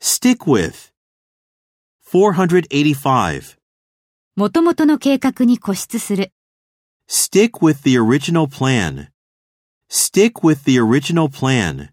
Stick with. 485. 元々の計画に固執する。 Stick with the original plan. Stick with the original plan.